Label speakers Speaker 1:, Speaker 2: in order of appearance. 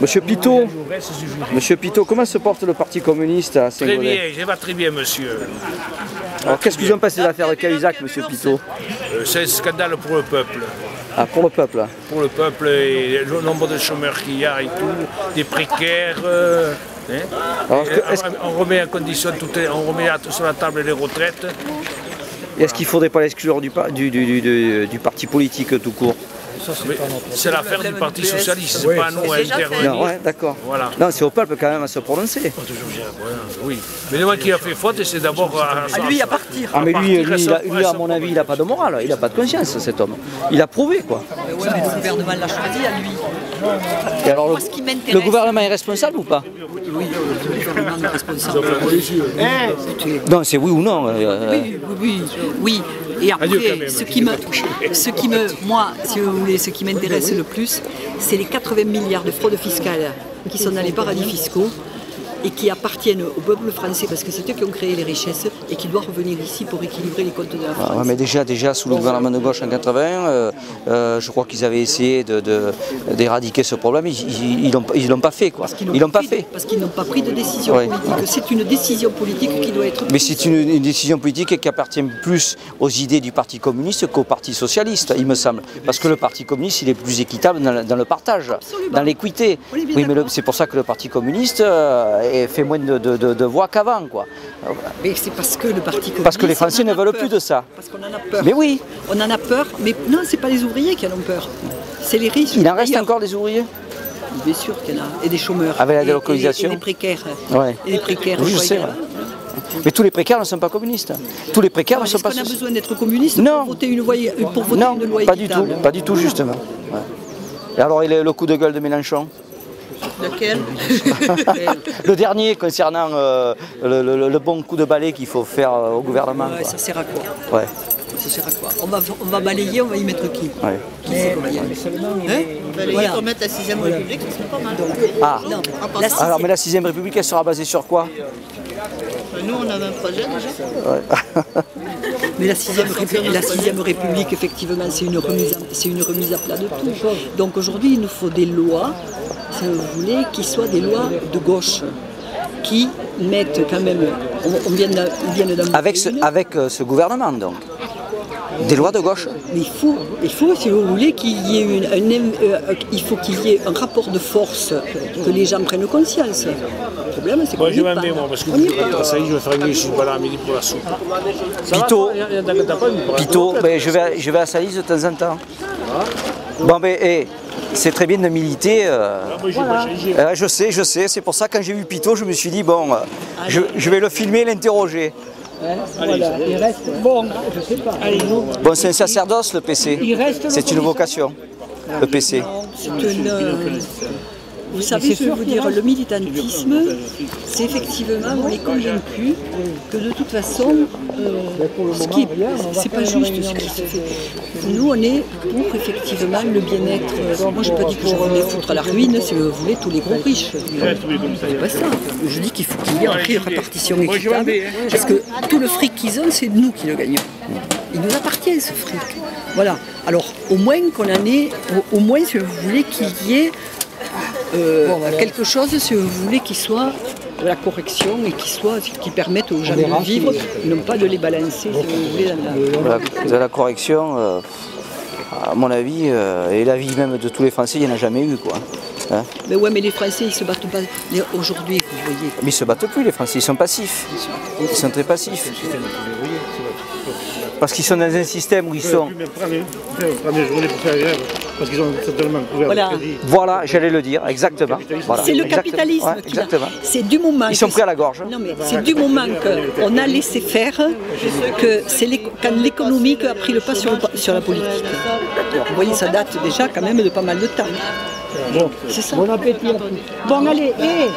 Speaker 1: Monsieur Pitot,
Speaker 2: Je jouerai, c'est suffisant.
Speaker 1: Monsieur Pitot, comment se porte le Parti communiste à
Speaker 2: Très
Speaker 1: Saint-Gaudens
Speaker 2: bien, ça va très bien, monsieur.
Speaker 1: Alors qu'est-ce qu'ils ont passé l'affaire de Cahuzac, Monsieur Pitot
Speaker 2: Euh, C'est un scandale pour le peuple.
Speaker 1: Ah, pour le peuple.
Speaker 2: Pour le peuple et le nombre de chômeurs qu'il y a et tout, des précaires. euh, hein.
Speaker 1: Alors,
Speaker 2: Et
Speaker 1: que- est-ce-
Speaker 2: on- on remet en condition, tout est- on remet à tout sur la table les retraites. Euh,
Speaker 1: Est-ce qu'il ne faudrait pas l'exclure du, par- du- du- du- du- du parti politique tout court
Speaker 2: Mais C'est l'affaire du Parti Socialiste, c'est pas à nous à
Speaker 3: déjà fait.
Speaker 2: intervenir.
Speaker 1: Non, ouais, d'accord.
Speaker 2: Voilà.
Speaker 1: Non, c'est au peuple quand même à se prononcer.
Speaker 2: Voilà, Oui. Mais le mec qui a fait faute, c'est d'abord à, à-
Speaker 3: Lui à partir.
Speaker 1: Ah mais lui,
Speaker 2: partir,
Speaker 1: lui,
Speaker 2: ça
Speaker 1: il a-
Speaker 2: se-
Speaker 1: lui,
Speaker 2: ça
Speaker 1: à
Speaker 2: se
Speaker 1: mon avis, il n'a pas de morale, il n'a pas de conscience cet homme. Il a prouvé quoi.
Speaker 3: Mais ouais, mais le gouvernement l'a choisi à lui.
Speaker 1: Et alors le,
Speaker 3: Moi, ce qui m'intéresse-
Speaker 1: le gouvernement est responsable ou pas
Speaker 3: Oui, le gouvernement est responsable.
Speaker 1: Non, c'est oui ou non. euh,
Speaker 3: Oui, oui, oui. Et après, ce qui me, ce qui me, moi, si vous voulez, ce qui m'intéresse le plus, c'est les 80 milliards de fraude fiscale qui sont dans les paradis fiscaux et qui appartiennent au peuple français parce que c'est eux qui ont créé les richesses et qui doivent revenir ici pour équilibrer les comptes de la
Speaker 1: Ah
Speaker 3: France.
Speaker 1: ouais, mais déjà, déjà sous le gouvernement de gauche en 80, euh, euh, je crois qu'ils avaient essayé de- de- d'éradiquer ce problème. Ils- Ils ils l'ont ils l'ont pas fait quoi.
Speaker 3: Parce qu'ils
Speaker 1: Ils l'ont pas
Speaker 3: pris de-
Speaker 1: fait.
Speaker 3: Parce qu'ils n'ont pas pris de décision
Speaker 1: Ouais.
Speaker 3: politique. C'est une décision politique qui doit être
Speaker 1: Mais
Speaker 3: prise.
Speaker 1: c'est une, une décision politique qui appartient plus aux idées du Parti communiste qu'au Parti socialiste, il me semble. Parce que le Parti communiste, il est plus équitable dans, le- dans le partage,
Speaker 3: Absolument.
Speaker 1: dans l'équité.
Speaker 3: On est bien
Speaker 1: Oui, mais le-
Speaker 3: d'accord.
Speaker 1: c'est pour ça que le Parti communiste euh, est- fait moins de, de- de- de voix qu'avant, quoi.
Speaker 3: Mais c'est parce que le Parti communiste.
Speaker 1: Parce que les Français
Speaker 3: on en
Speaker 1: ne
Speaker 3: a
Speaker 1: veulent
Speaker 3: peur.
Speaker 1: plus de ça.
Speaker 3: Parce qu'on en a peur.
Speaker 1: Mais oui,
Speaker 3: On en a peur, mais non, c'est pas les ouvriers qui en ont peur. C'est les riches.
Speaker 1: il en reste
Speaker 3: D'ailleurs,
Speaker 1: encore des ouvriers.
Speaker 3: Bien sûr qu'il y en a. Et des chômeurs.
Speaker 1: Avec la
Speaker 3: Et- et les-
Speaker 1: délocalisation.
Speaker 3: Et, les précaires.
Speaker 1: Ouais.
Speaker 3: Et les précaires.
Speaker 1: Oui, je
Speaker 3: quoi,
Speaker 1: sais,
Speaker 3: il y en a.
Speaker 1: ouais. Mais tous les précaires ne sont pas communistes. Tous les précaires ne
Speaker 3: Est-ce
Speaker 1: sont
Speaker 3: qu'on
Speaker 1: pas
Speaker 3: a
Speaker 1: soci-
Speaker 3: besoin d'être communiste
Speaker 1: Non.
Speaker 3: pour voter une loi, pour voter
Speaker 1: Non,
Speaker 3: une loi
Speaker 1: pas du tout,
Speaker 3: équitable
Speaker 1: pas du tout justement. Ouais. Et alors, il est le coup de gueule de Mélenchon
Speaker 3: Lequel
Speaker 1: Le dernier concernant euh, le, le- le bon coup de balai qu'il faut faire euh, au gouvernement.
Speaker 3: Ouais, Ça sert à quoi
Speaker 1: quoi. Ouais,
Speaker 3: Ça sert à quoi on va, on va balayer, on va y mettre qui
Speaker 1: ouais.
Speaker 3: Qui c'est qu'on va y aller Hein Voilà.
Speaker 4: la 6ème République, ce serait pas mal.
Speaker 1: Ah.
Speaker 3: Non.
Speaker 4: pensant-
Speaker 3: La sixième-
Speaker 1: Alors, mais la 6ème République, elle sera basée sur quoi
Speaker 4: Nous, on avait un projet déjà.
Speaker 3: Mais la sixième, Répub- la sixième République, effectivement, c'est une, remise en- c'est une remise à plat de tout. Donc aujourd'hui, il nous faut des lois, si vous voulez, qui soient des lois de gauche, qui mettent quand même. On, on vient d'en- ils viennent d'en voter
Speaker 1: Avec, ce,
Speaker 3: une,
Speaker 1: avec euh, ce gouvernement, donc. Des lois de gauche
Speaker 3: mais il faut, il faut, si vous voulez, qu'il y ait une- un, im- euh, il faut qu'il y ait un rapport de force, que les gens prennent conscience. Le problème, c'est qu'on
Speaker 2: Moi,
Speaker 3: n'y
Speaker 2: je
Speaker 3: est
Speaker 2: m'en
Speaker 3: pas.
Speaker 2: vais, moi, parce que
Speaker 3: On n'y est
Speaker 2: vous
Speaker 3: pas.
Speaker 2: aurez ça y est, je vais faire mieux si je vais là à midi pour la soupe.
Speaker 1: Pitot, Pitot,
Speaker 2: Pito,
Speaker 1: ben, je, vais, à- je vais à Saïs de temps en temps. Bon, mais hé, c'est très bien de militer. euh, euh, je sais, je sais. C'est pour ça, quand j'ai vu Pitot, je me suis dit, bon, euh, je, je vais le filmer, l'interroger.
Speaker 5: Hein Voilà, il reste. Bon, je sais pas.
Speaker 1: Bon, c'est un sacerdoce, le PC. C'est une vocation, le PC.
Speaker 3: C'est un, euh, Vous savez, je vais vous dire, le militantisme, c'est effectivement, on est convaincu que de toute façon, euh, ce qui est- c'est pas juste ce qui se fait. Nous, on est pour effectivement le bien-être. Moi, je n'ai pas dit que je voulais foutre à la ruine, si vous voulez, euh, tous les gros riches. C'est pas ça. Je dis qu'il faut qu'il y ait un prix de répartition équitable, parce que tout le fric qu'ils ont, c'est nous qui le gagnons. Il nous appartient ce fric. Voilà. Alors, au moins qu'on en ait, au, au moins, si vous voulez, qu'il y ait euh, quelque chose, si vous voulez, qui soit de la correction et qui soit, qui permette aux gens de vivre, non pas de les balancer, si vous voulez, dans la-
Speaker 1: de la, de la correction, euh, à mon avis, euh, et l'avis même de tous les Français, il n'y en a jamais eu. Quoi. Hein
Speaker 3: Mais ouais, mais les Français, ils se battent pas. Les- Aujourd'hui, vous voyez,
Speaker 1: Mais ils se battent plus, les Français, ils sont passifs. Ils sont très passifs. Parce qu'ils sont dans un système où ils sont.
Speaker 6: Prendre des journées pour faire grève, parce qu'ils ont totalement couvert
Speaker 3: Voilà.
Speaker 6: le crédit.
Speaker 1: Voilà, j'allais le dire, exactement. Voilà,
Speaker 3: C'est le
Speaker 1: exact-
Speaker 3: capitalisme.
Speaker 1: ouais,
Speaker 3: qui va-
Speaker 1: exactement.
Speaker 3: C'est du moment.
Speaker 1: Ils sont
Speaker 3: que-
Speaker 1: pris à la gorge.
Speaker 3: Non, mais c'est du moment qu'on a laissé faire que c'est l'éco- quand l'économique a pris le pas sur, le po- sur la politique. Vous voyez, ça date déjà quand même de pas mal de temps. C'est ça.
Speaker 5: Bon appétit à tous.
Speaker 3: Bon, allez, hé